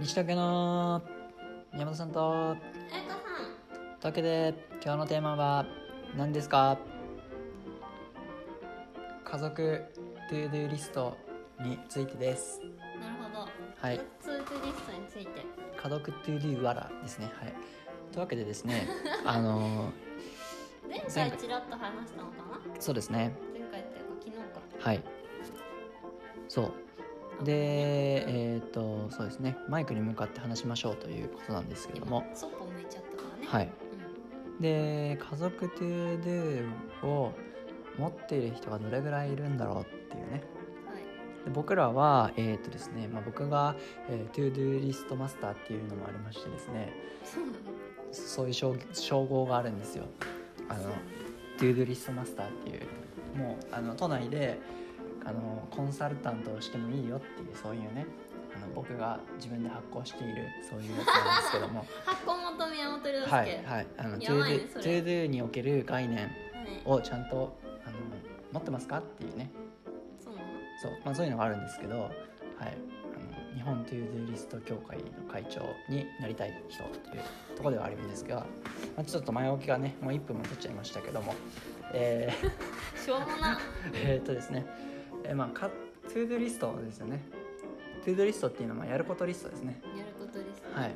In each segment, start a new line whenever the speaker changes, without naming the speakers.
西竹の宮本さんと
あや
と
かさん
いうわけで今日のテーマは何ですか家族 To Do リストについてです
なるほど
はい
ツーツリストについて
家族 To Do わらですねはいというわけでですねあの
前
前
回
回
ちらっと話したのかな
そうですね
前回っていうか昨日か
はいそうでえっ、とそうですねマイクに向かって話しましょうということなんですけども
今そっぽ向いちゃったからね、
はいい
うん
で家族 to do を持っている人がどれぐらいいるんだろうっていうね
はい、
で僕らはえっ、とですね、まあ、僕が、えー、to do リストマスターっていうのもありましてですね
そうなの
そういう称称号があるんですよあ
そう
の to do リストマスターっていうもうあの都内であのコンサルタントをしてもいいよっていうそういうねあの僕が自分で発行しているそういうやつなんですけど も
発行元宮本亮介
はいはいあの to
やばいね
do,
そ
to do
れ
における概念
はい
をちゃんとあの持ってますかっていうね
そうなの
そう,、まあ、そういうのがあるんですけど、はい、あの日本トゥードゥーリスト協会の会長になりたい人というところではあるんですが、まあ、ちょっと前置きがねもう1分も経っちゃいましたけどもえー
しょうもな
えーっとですね、えーまあ、かトゥードゥーリストですよねトゥードゥーリストっていうのはまあやることリストですね
やることですね
はい、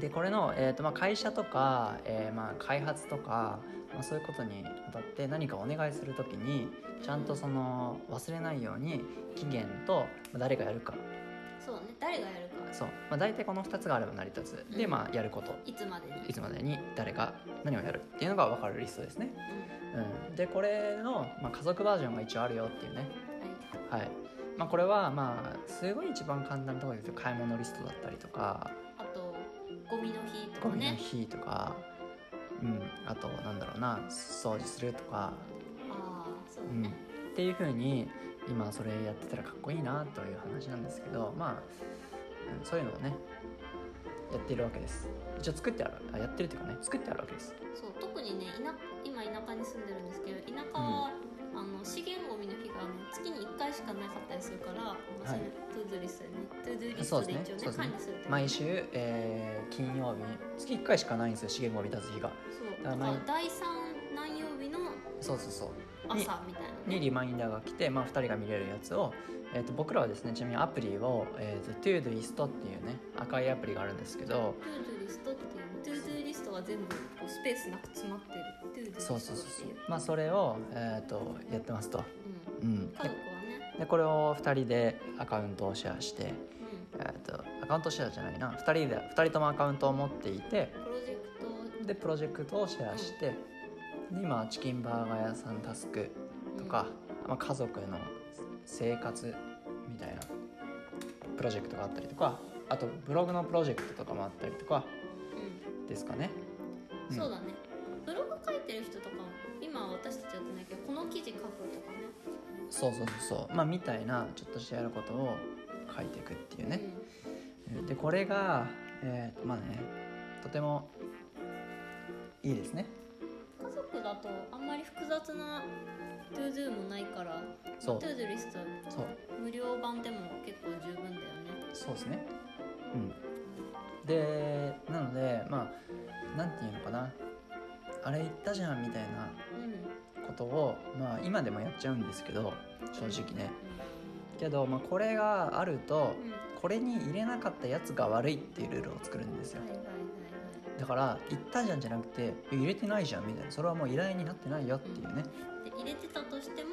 でこれの、えーとまあ、会社とか、えーまあ、開発とか、まあ、そういうことにあたって何かお願いするときにちゃんとその忘れないように期限とまあ誰がやるか
そうね誰がやるか
そう、まあ、大体この2つがあれば成り立つで、まあ、やること
いつまでに、うん
いつまでに誰が何をやるっていうのが分かるリストですね、うん、でこれの、まあ、家族バージョンが一応あるよっていうね
は
はいまあ、これはまあすごい一番簡単なところで言うと買い物リストだったりとか
い、あとゴミの日と
ゴ
か
ミの
ね
日とか、うん、あとなんだろうな掃除するとか、
ああそう
うん、っ
ね、
ていう風に今それやってたらかっこいいなという話なんですけどまあうんそういうのをねやってるわけです一応作ってあるあやってるっていうかね作ってあるわけです
そう特にね田今田舎に住んでるんですけど田舎は、あの資源ゴミの日があの月に1回しかなかったりするから、まあ
はい
そういうトゥードゥーリストでねトゥードゥーリス
そう
ト
で
で
ね
す一応ね
そうですね
管理するって
毎週、えー金曜日月1回しかないんですよ資源ゴミ出す日が
そう
だ
だ
から
か
毎
ら第3何曜日の
そうそうそう
朝みたいな
に
ね
リマインダーが来て、まあ、2人が見れるやつを、えー、と僕らはですねちなみにアプリを、えー、と ToDoist っていうね赤いアプリがあるんですけど
トゥードゥーリストっていうトゥードゥーリストが全部こうスペースなく詰まってるトゥードゥーリスト
そう
って
そうそうそう
いう
まあそれを、えー、とやってますと、
うん
うん、
家族はね、
でこれを2人でアカウントをシェアして、
う
えー、とアカウントシェアじゃないな2人で二人ともアカウントを持っていて
ん、プロジェクト
でプロジェクトをシェアしてで今チキンバーガー屋さんタスクとか、まあ、家族の生活みたいなプロジェクトがあったりとかあとブログのプロジェクトとかもあったりとか
うん、
ですかね。
うん
ん
そうだねブログ書いてる人とかも今は私たちやってないけどこの記事書くとかね
そうそうそうそうまあみたいなちょっとしてやることを書いていくっていうね。でこれが、えーまあねとてもいいですね。
うん家族だとあんまり複雑な ToDo もないから
そう
ToDo リスト
そう
無料版でも結構十分だよね
そうですね。うん、でなのでまあなんていうのかなあれ言ったじゃんみたいな
うん、うん
ことを、まあ、今でもやっちゃうんですけど正直ねけど、まあ、これがあると
うん、
これに入れなかったやつが悪いっていうルールを作るんですよ
はいはいはいはい
だから「言ったじゃん」じゃなくて「え入れてないじゃん」みたいなそれはもう依頼になってないよっていうね、
で入れてたとしても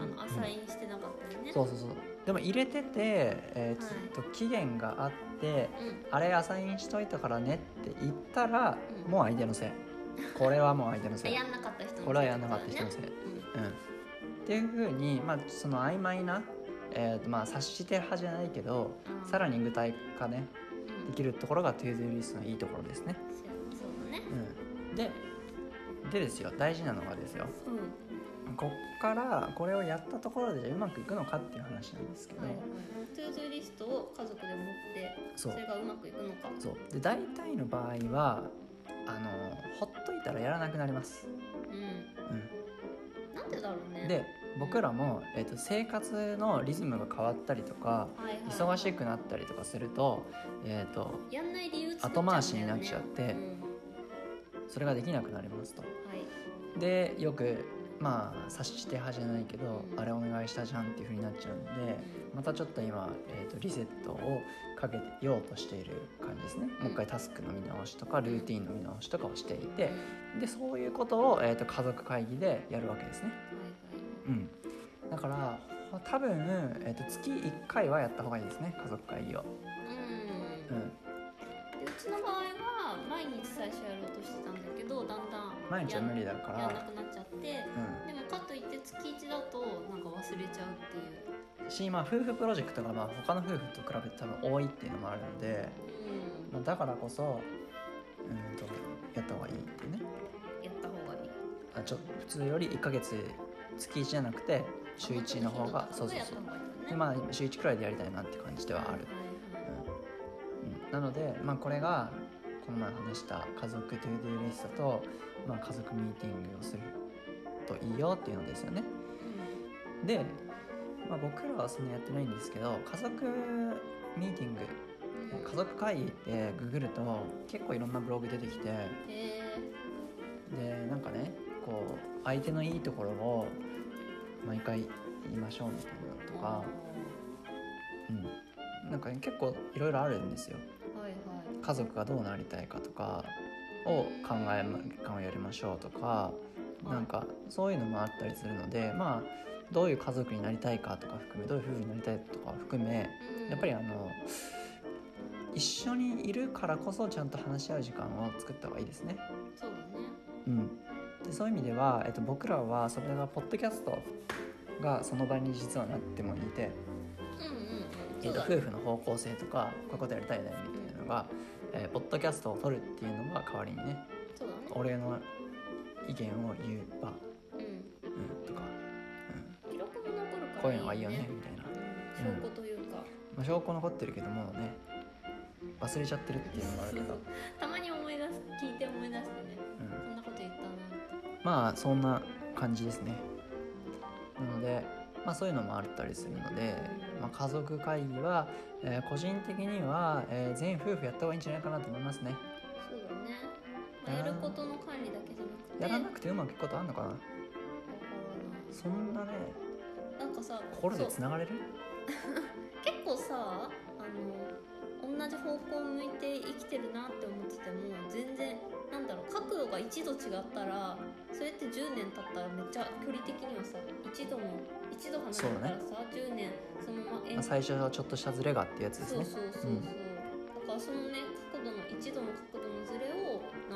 あ
うん
のアサインしてなかったよね
そうそうそうでも入れてて、えー
はい
ちょっと期限があって
うん、
「あれアサインしといたからね」って言ったら、
うん
もう相手のせいこれはもう相手の
あ
せい
やんなかった人のせい
これはやんなかった人のせい
うんうん
うん、っていうふうに、まあ、その曖昧な、えーとまあ、察してる派じゃないけど
うん
さらに具体化ね
うん
できるところが To Do リストのいいところですね、
そうだね
うん、ででですよ大事なのがですよ
うん
こっからこれをやったところでじゃあうまくいくのかっていう話なんですけど、
はい、トゥードゥーリストを家族で持って
そう
れがうまくいくのか
そうで大体の場合はあのほっといたらやらなくなります、
うん
う
なんでだろうね
ん、で僕らも、えー、と生活のリズムが変わったりとか
はいはい
忙しくなったりとかすると,、えー、と
やんない理由作っちゃうん
後
だよね
回しになっちゃって
うん
それができなくなりますと。
はい
でよくまあ察して派じゃないけど、
うん
あれお願いしたじゃんっていう風になっちゃうんでまたちょっと今、えー、とリセットをかけようとしている感じですね、
うん
もう一回タスクの見直しとかルーティンの見直しとかをしていてでそういうことを、えー、と家族会議でやるわけですね、うん、だから多分、えー、と月1回はやった方がいいですね家族会議を、
はいはいうん
うん、
でうちの場合は毎日最初やろうとしてたんだけどだんだん
毎日は無理だか
やんやん
ら、
なくなっちゃってでもかといって月1だとなんか忘れちゃうっていう
うん、し、まあ、夫婦プロジェクトが、まあ、他の夫婦と比べて多分多いっていうのもあるので、
うん
まあ、だからこそうんとやった方がいいっていうね
やった方がいい
あちょ普通より1ヶ月月1じゃなくて週1の方がそうそうそうで
あ
まあ週1くらいでやりたいなって感じではある、うんうん、なので、まあ、これがこの前話した家族トゥードゥーリストと、まあ、家族ミーティングをするといいよっていうのですよねで、まあ、僕らはそんなやってないんですけど家族ミーティング家族会議ってググると結構いろんなブログ出てきて
え
でなんかねこう相手のいいところを毎回言いましょうみたいなのとか、うん、なんか、ね、結構いろいろあるんですよ
はいはい
家族がどうなりたいかとかを考えま考えやりましょうとか
はい
なんかそういうのもあったりするのでまあどういう家族になりたいかとか含めどういう夫婦になりたいとか含めやっぱりあの一緒にいるからこそちゃんと話し合う時間を作った方がいいですね。
そうだね
うん、でそういう意味では、えっと、僕らはそれがポッドキャストがその場に実はなってもいて、
うんうん
え
そ
っ
う
と、
だ
夫婦の方向性とかこういうことやりたいねみたいなのが、えーポッドキャストを撮るっていうのが代わりにね
そうだね
俺の意見を言う場、
うん
うん、とか、
記録も残るか
う
ら
ん、こういうのがいいよねみたいな、
うん証拠というか
まあ、証拠残ってるけどもうね忘れちゃってるっていうのもあるけど、
たまに思い出す聞いて思い出してね
うん
こ、んなこと言ったなって
まあそんな感じですねなので、まあ、そういうのもあったりするので、まあ、家族会議は、えー個人的には、えー全員夫婦やった方がいいんじゃないかなと思いますね
そうだねまあやることの管理だけじゃなくて
やらなくてうまくいくことあんのかなそんなね
なんかさ
心でつながれる
結構さあの同じ方向を向いて生きてるなって思ってても全然なんだろう角度が1度違ったらそれって10年経ったらめっちゃ距離的にはさ1度も1度離れたらさ、10年そのまま
まあ
延
最初はちょっとしたズレがってやつです
そう
ね
そうそうそう、
うん
だからそのね角度の1度の角度のズレ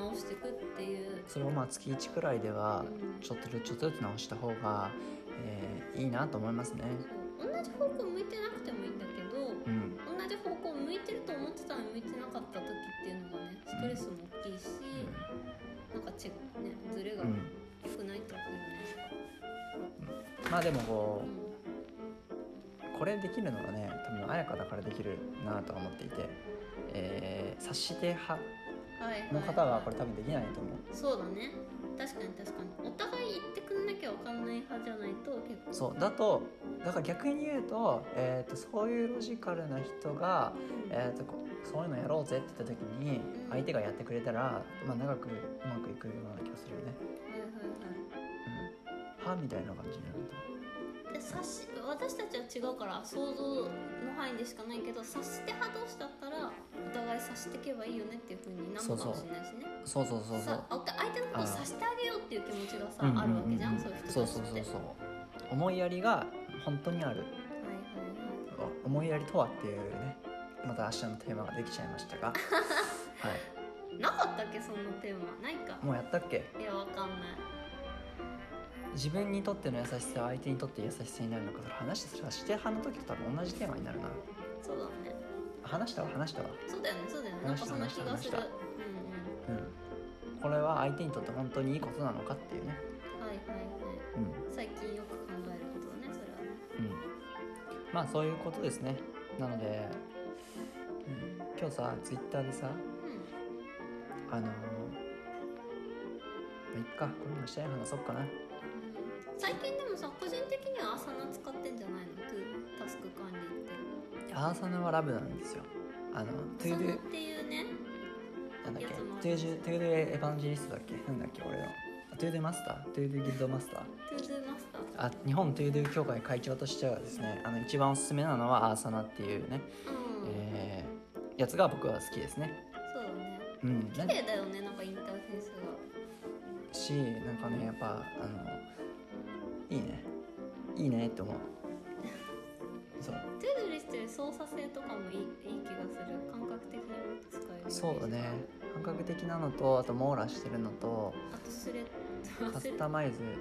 を直していくっていう、
それをまあ月1くらいでは
うん
ちょっとずつちょっとずつ直した方が、えーいいなと思いますね
そう同じ方向向いてなくてもいいんだけど
うん
同じ方向向いてると思ってたのに向いてなかった時っていうのがねストレスも大きいし、なんかチェックねズレが
うん、う
良
ん、
くないってことだよね、
まあでもこうん
う
これできるのはね多分彩香だからできるなとは思っていて、えー察して派
はいはい
の方はこれ多分できないと思う
そうだね確かに確かにお互い言ってくんなきゃわかんない派じゃないと結構
そうだとだから逆に言うと,、えー、とそういうロジカルな人が、
うん
えー、とこそういうのやろうぜって言った時に
うん
相手がやってくれたら、まあ、長くうまくいくような気がするよね、
はいはい
うん、派みたいな感じになる
はいで察し私たちは違うから想像の範囲でしかないけど察して派同士だったらお互い察していけばいいよねっていうふうになるかもしれないしね
とそうそうそうそう
さあ相手のことを察してあげようっていう気持ちがさ
うんうんうん
あるわけじゃん、そういう人たちって
そうそうそうそう思いやりが本当にある
はいはいはい
思いやりとはっていうねまた明日のテーマができちゃいました がはい
なかったっけそんなテーマないか
もうやったっけ
いやわかんない
自分にとっての優しさは相手にとって優しさになるのかそれ話してそれはして派の時と多分同じテーマになるな
そうだね
話したわ話したわ
そうだよねそうだよねなんかそんな気がする
話した話した話した
うん
うんこれは相手にとって本当にいいことなのかっていうね
うんはいはいはい
うん
最近よく考えることだねそれはね
うんまあそういうことですねなので、うん、今日さツイッターでさ
う、
あのーまあいっかこれも明日に話そうかなん
最近でもさ個人的にはアーサナ使ってんじゃないのトゥタスク管理って
アーサナはラブなんですよあのトゥード
アーサナ
ゥ
っていうね
なんだっけ
やつもある
トゥージュトゥードゥエヴァンジェリストだっけなんだっけ俺のあトゥードゥマスタートゥードゥギルドマスター
トゥードゥマスター
あ日本トゥードゥ協会会長としてはですねあの一番おすすめなのはアーサナっていうね、
うん、
えーやつが僕は好きですね
そうだね
うんな
綺
ん
麗だよねなんかインターフェースが
しなんかねやっぱあのいいねいいねって思うそう
トゥードゥリストより操作性とかもいいいい気がする感覚的にもっと使える
そうだね感覚的なのとあと網羅してるのと
あとスレッド
カ
スレ
ス
ッ
タ
ド
マイズ
うん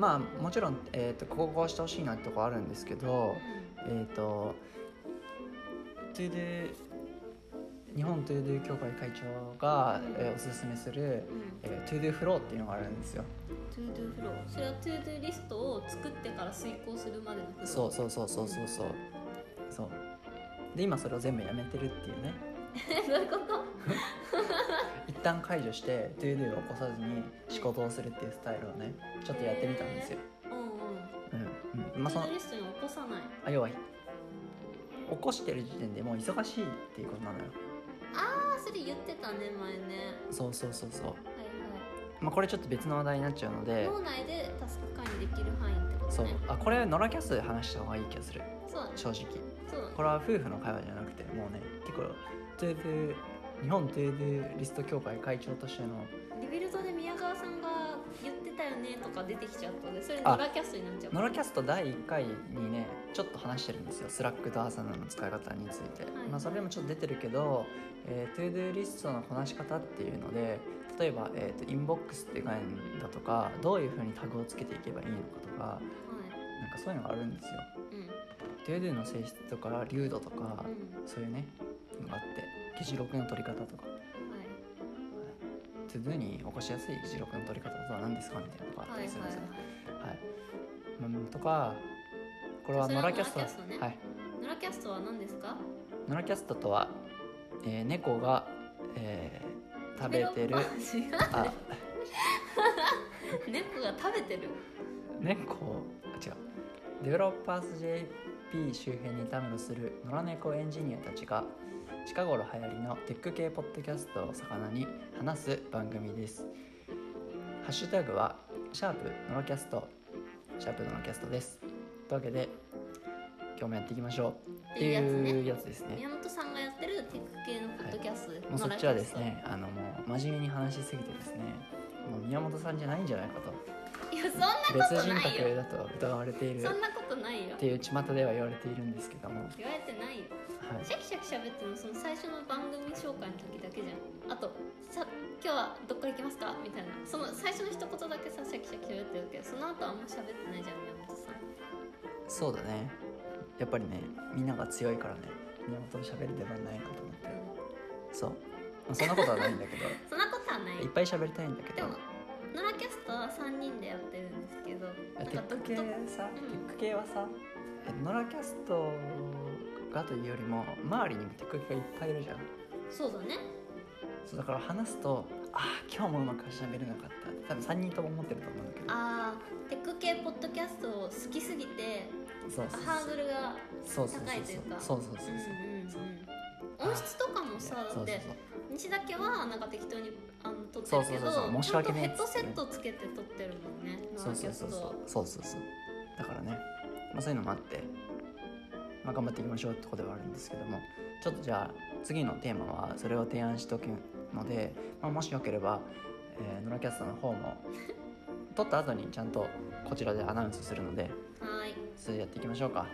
まあもちろん、えー、とこここうしてほしいなってとこあるんですけど
う
えっ、とトゥードゥ日本トゥードゥ協会会長が、えーおすすめする、
んうん
えー、トゥードゥフローっていうのがあるんですよ
トゥードゥフローそれはトゥードゥリストを作ってから遂行するまでのフロー
そうそうそうそうそうそうそうで今それを全部やめてるっていうね
え どういうこと
一旦解除してトゥードゥを起こさずに仕事をするっていうスタイルをねちょっとやってみたんですよ、
うんうん
うんうんまあそ
トゥー
の
ドゥリストに起こさない
あ要は起こしてる時点でもう忙しいっていうことなのよ
ああそれ言ってたね前ね
そうそうそうそう
はい
まあこれちょっと別の話題になっちゃうので
はい脳内でタスク管理できる範囲ってこと
そう
ね
あこれノラキャスで話した方がいい気がする
そうだね
正直
そうだね
これは夫婦の会話じゃなくてもうね結構トゥードゥ日本トゥードゥリスト協会会長としての
リビルドで宮川さんが言ってたよねとか出てきちゃったのでそれ
あ
ノラキャストになっちゃう
ノ
は
ラキャスト第1回にねちょっと話してるんですよスラックとアーサナの使い方について、
はい
まあ、それでもちょっと出てるけど、えー、トゥードゥーリストのこなし方っていうので例えば、えー、とインボックスって概念だとかどういうふうにタグをつけていけばいいのかとかなんかそういうのがあるんですよ
いうん
トゥードゥーの性質とか流度とか
うん
そういうねのがあって議事録の取り方とかトゥードゥーに起こしやすい議事録の取り方とは何ですかみたいなのがあった
はいはい
りするん
は
です
い
よ、はいうんとかこれはノラキャスト
それはノラキャストね
はい
ノラキャストは何ですか
ノラキャストとは、えー猫が、えー食べてる
あ違 う
あ
猫が食べてる
猫あ違うデベロッパーズ JP 周辺にたむろする野良猫エンジニアたちが近頃流行りのテック系ポッドキャストを魚に話す番組ですハッシュタグはシャープノロキャストシャープノロキャストですというわけで今日もやっていきましょうっていうやつですね
宮本さんがやってるテック系のポッドキャスト、
もうそ
ノラ
っ
キ
ち
ャ
は
スト
ですねあのもう真面目に話しすぎてですねもう宮本さんじゃないんじゃないかと
いやそんなこと
別人
ない
格
よ
だと疑われている
そん
っ
なことないよ
ていう巷では言われているんですけども、はい、
言われてないよシャキシャキ喋ってるのその最初の番組紹介の時だけじゃんあとさ「今日はどっから行きますか?」みたいなその最初の一言だけさシャキシャキ喋ってるけどその後あんま喋ってないじゃん宮本さん
そうだねやっぱりねみんなが強いからね宮本を喋る出番ないかと思ってそう、まあ、そんなことはないんだけど
そんなことはない
いっぱい喋りたいんだけ
で
ど
もノラキャストは3人でやってるんですけどなん
テッ
か
ク
独
系
特
さ
うん
テック系はさえノラキャストがというよりも周りにもテック系がいっぱいいるじゃん
そうだね
そうだから話すとああ今日もうまくしゃべれなかった多分3人とも思ってると思うんだけど
あーテック系ポッドキャストを好きすぎて
そうそう
ハードルが
そうそう
高いというか
そうそうそうそう
うんうん
そう
うん音質とかもさだ
そうそうそう
って西だけはなんか適当にあの撮って
そう
る
そう
け
そう
ど
そう申し
ちゃん
訳
と
ねえ
ヘ
っつ
ッ
って
ドセットつけて撮ってるもんね
そうそうそうそうそうそうそうだからね、まあ、そういうのもあって、まあ、頑張っていきましょうってことではあるんですけどもちょっとじゃあ次のテーマはそれを提案しておくので、まあ、もしよければ、えー、ノラキャストの方 も撮った後にちゃんとこちらでアナウンスするので
マーケットはーい
それでやっていきましょうか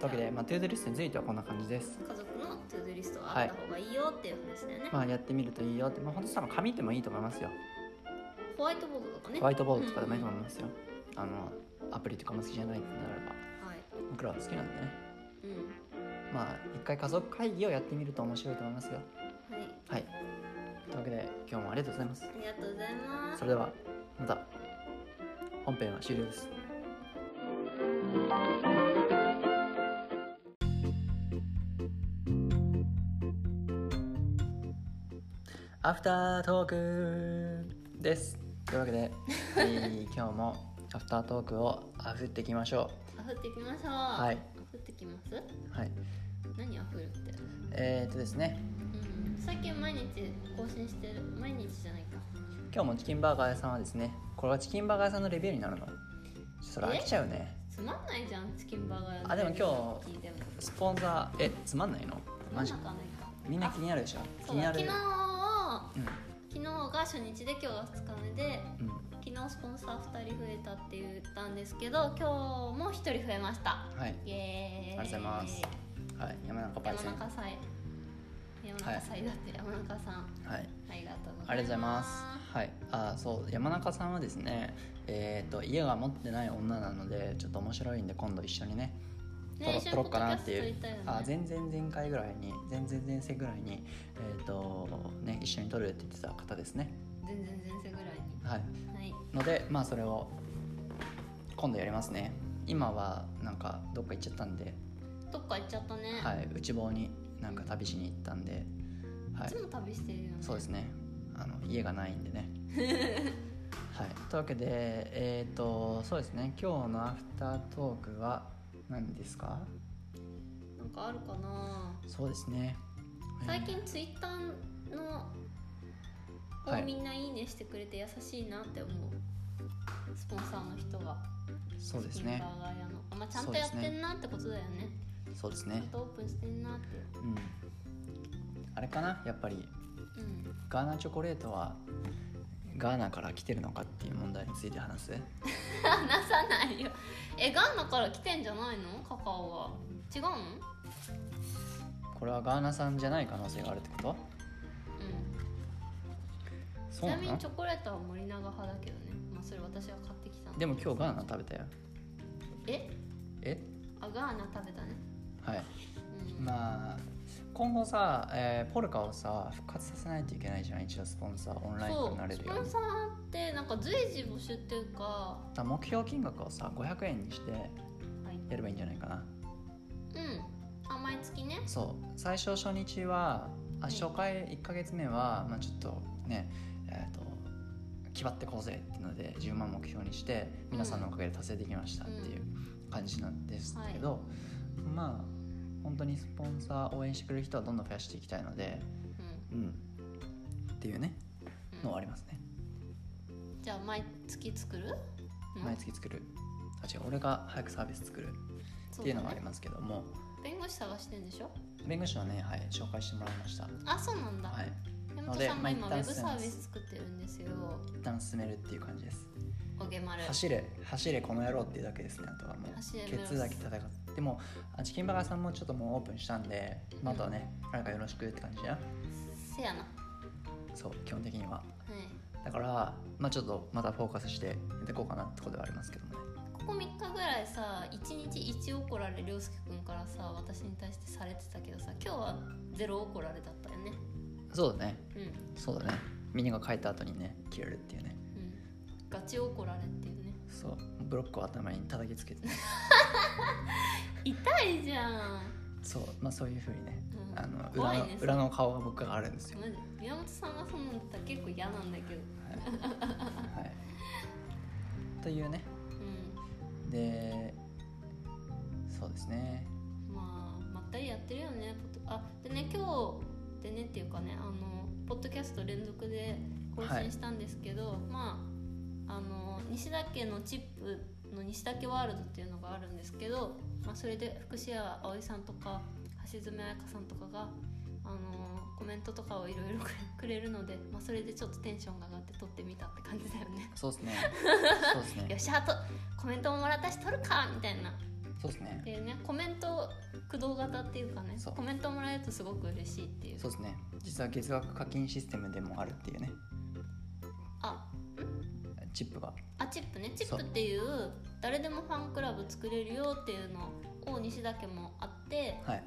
というわけで、まあ、トゥードゥリストについてはこんな感じです
家族のトゥードゥリストはあった方がいいよっていう話だよね、
まあやってみるといいよって、まあ、本当多分紙でもいいと思いますよ
ホワイトボードとかね
ホワイトボードとかでもいいと思い
うん
ますよ、あのアプリとかも好きじゃないってなれば
はい
僕らは好きなんでね
うん
まあ一回家族会議をやってみると面白いと思いますよ
はい
はいというわけで今日もありがとうございます
ありがとうございます
それではまた本編は終了ですアフタートークですというわけで、はい今日もアフタートークをあふっていきましょ
あふってきましょ
う
うは
はい
降ってきます
はい
何あふるって
えー、っとですね
うん最近毎日更新してる毎日じゃないか
今日もチキンバーガー屋さんはですねこれはチキンバーガー屋さんのレビューになるのちょっとそれ飽きちゃうね
つまんないじゃんチキンバーガー
あでも今日
日聞いても
スポンサーえつまんないのマジ
真ん中はないか
みんな気になるでしょ気
そう
にな
だ昨
る
日
うん
昨日が初日で今日が2日目で
うん
昨日スポンサー2人増えたって言ったんですけど今日も1人増えました
はい
イエーイ
ありがとうございますはい山中パイ
山
センは
中さん山中さんだって、山中さん
い
ありがとうございます
ありがとうございますはいあそう山中さんはですねえっ、と家が持ってない女なのでちょっと面白いんで今度一緒にね
ね
撮ろ
一緒に
撮ろっかなっていう
ポッドキャスト撮りたよ
あ
ね
前々前回ぐらいに前々前世ぐらいにえっ、とね一緒に撮るって言ってた方ですね
全然前世ぐら
はい
いにはい
のでまあそれを今度やりますね今はなんかどっか行っちゃったんで、
どっか行っちゃったね、、
はい、内房になんか旅しに行ったんで、はいい
つ、も旅してるよね
そうですねあの家がないんで ねはいというわけでえっ、とそうですね今日のアフタートークは何ですか
なんかあるかな
そうですね
最近ツイッターの
は
を
い
みんないいねしてくれて優しいなって思う、スポンサーの人が
うんそうです
チキン
ね
バーガー屋のあ、まあ、ちゃん
そう
と
で
や
す
っ
ね
てんなってことだよね
そうです
ちゃ
ね
んとオープンしてんなって
うんあれかなやっぱり
うん
ガーナチョコレートはガーナから来てるのかっていう問題について話す
話さないよえガンナから来てんじゃないのカカオは違うの
これはガーナ産じゃない可能性があるってこと
うんち
そう
な
な
みに
の
チョコレートは森永派だけどねまあそれ私は買ってきたの
でも今日ガーナ食べたよ
え
え
あガーナ食べたね
はい
うん、
まあ今後さ、えーポルカをさ復活させないといけないじゃん一応スポンサーオンライン
そ
と
う
なれ
ス
るよ
ポ
う
ン
に
サーってなんか随時募集っていう
だ
か
から目標金額をさ500円にして
はい
やればいいんじゃないかな
うんあ毎月ね
そう最初初日はあ
はい
初回1か月目は、まあ、ちょっとねえっ、と気張ってこうぜっていうので10万目標にして皆さんのおかげで達成できましたっていう感じなんですけど、まあ本当にスポンサー応援してくれる人はどんどん増やしていきたいので、
うん、
うん、っていうね
う
の
ん
はありますね
じゃあ毎月作るうん
毎月作るあ違う俺が早くサービス作るっ
そ
ていうのがあ
だ
り
ね
ますけども、
弁護士探してんでしょ
弁護士はね、はい、紹介してもらいました、
あそうなんだ、
はい、
山本さんも
ので
今ウ
まあ
ェ
一旦
ブサービス作ってるんですよ
一旦進めるっていう感じです
おげまる
走れ走れこの野郎っていうだけですねあとはも
走れ
うケツだけ戦ってでもあチキンバーガーさんもちょっともうオープンしたんでまたねなんかよろしくって感じや
せやなは
そう基本的にはいだからまあちょっとまたフォーカスしてやっていこうかなってことではありますけどね
ここ3日ぐらいさ1日1怒られ涼介くんからさ私に対してされてたけどさ今日は0怒られだったよね
そうだね
うん
そうだねみんなが帰った後にね切れるっていうね
うんガチ怒られっていうね
そうブロックを頭に叩きつけ てね
痛いじゃん、
そうまあそういうふうにね
うん、
あの
怖
裏
い
の
ね
裏の顔が僕があるんですよ、
マジ宮本さんがそんなんだったら結構嫌なんだけど
はい、というね
う
でそうですね
んまあまったりやってるよねポッドあでね今日でねっていうかねあのポッドキャスト連続で更新したんですけど、まああの西田家のチップの西田家ワールドっていうのがあるんですけど、まあ、それで福士屋葵さんとか橋爪彩香さんとかがあのコメントとかをいろいろくれるので、まあ、それでちょっとテンションが上がって撮ってみたって感じだよね。
そう ですねそうです
よ
ね
っしゃあとコメントももらったし撮るかみたいな
そうですね
でねコメント駆動型っていうかね
そう
コメントもらえるとすごく嬉しいっていう
そうですね実は月額課金システムでもあるっていうね
あ
チップが
あチップねチッ
そう
プっていう誰でもファンクラブ作れるよっていうのを西田家もあって
はい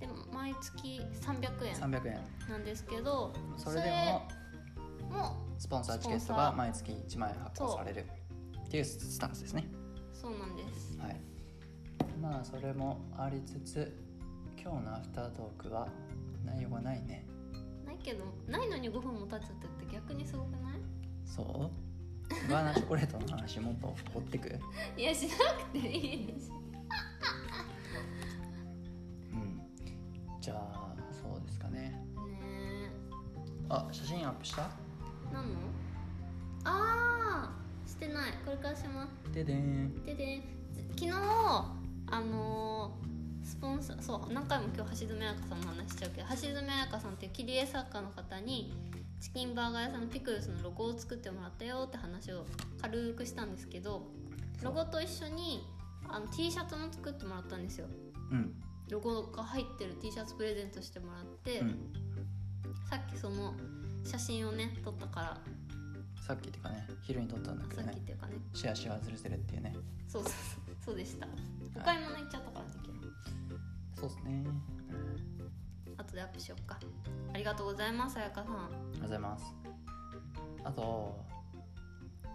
で毎月300円
300円
なんですけど
それでも
それも
スポンサーチケットが毎月1枚発行されるっていうスタンスですね
そうなんです
はいまあそれもありつつ今日のアフタートークは内容がないね
ないけどないのに5分も経っちゃってって逆にすごくない
そうバーナーチョコレートの話もっと掘ってく
いやしなくていいでしょ
うんじゃあそうですかね
ね
あ写真アップした
え何のああしてないこれからします
ででーん
でで昨日あのースポンサーそう何回も今日橋爪彩香さんの話しちゃうけど橋爪彩香さんっていう切り絵作家の方にチキンバーガー屋さんのピクルスのロゴを作ってもらったよって話を軽くしたんですけどロゴと一緒にあの T シャツも作ってもらったんですよ
うん
ロゴが入ってる T シャツプレゼントしてもらって、
うん
さっきその写真をね撮ったから
さっきっていうかね昼に撮ったんだけ
さ
ど
っき
ね
っていうかね
シェアし忘れてるっていうね
そうそうそうそうでしたお買い物行っちゃったからだけど
そうですねありがと
後でアップしよっかありがとうございますさやかさん
うございますあと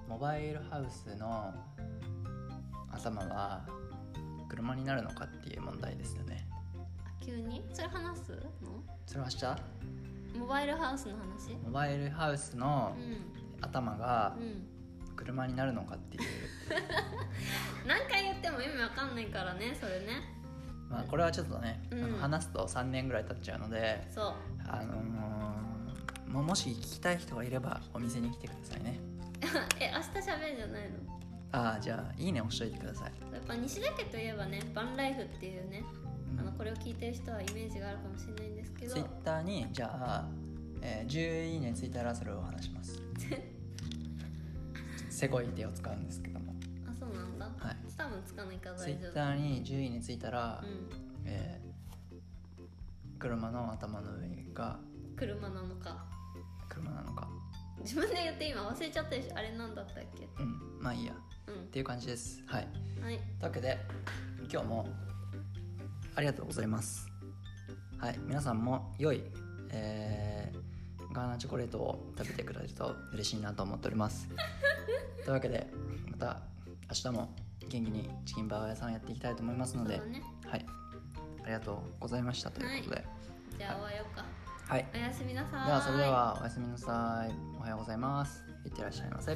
モバイルハウスの頭は車になるのかっていう問題ですよね
あ急にそれ話す
それはした
のモバイルハウスの話
モバイルハウスの
う
頭が
んうん
車になるのかっていう、
何回言っても意味わかんないからねそれね
まあ、これはちょっとね、
うん
あの話すと3年ぐらい経っちゃうので、
そう
あのーもうもし聞きたい人がいればお店に来てくださいね
え明日喋るんじゃないの
ああじゃあ「いいね」押しといてください
やっぱ西田家といえばねバンライフっていうねあのこれを聞いてる人はイメージがあるかもしれないんですけど
ツイッターにじゃあ、えー10いいねついたらそれをお話します せこい手を使うんですけども
あそうなんだ
はい
多分つかないから
ツイ
大丈
ッ
夫
ターに10いいねついたら、
うん
えー車の頭の上が
車なのか
車なのか
自分で言って今忘れちゃったでしょあれなんだったっけ
うんまあいいやっ
う
ていう感じですはい
んはい
というわけで今日もありがとうございますはい皆さんも良い、えーガーナチョコレートを食べてくれると嬉しいなと思っておりますというわけでまた明日も元気にチキンバーガー屋さんやっていきたいと思います
そ
の
う
で、
だね
はいありがとうございましたということで
じゃあ終わようか
はい、
おやすみなさーい
ではそれではおやすみなさいおはようございますいってらっしゃいませ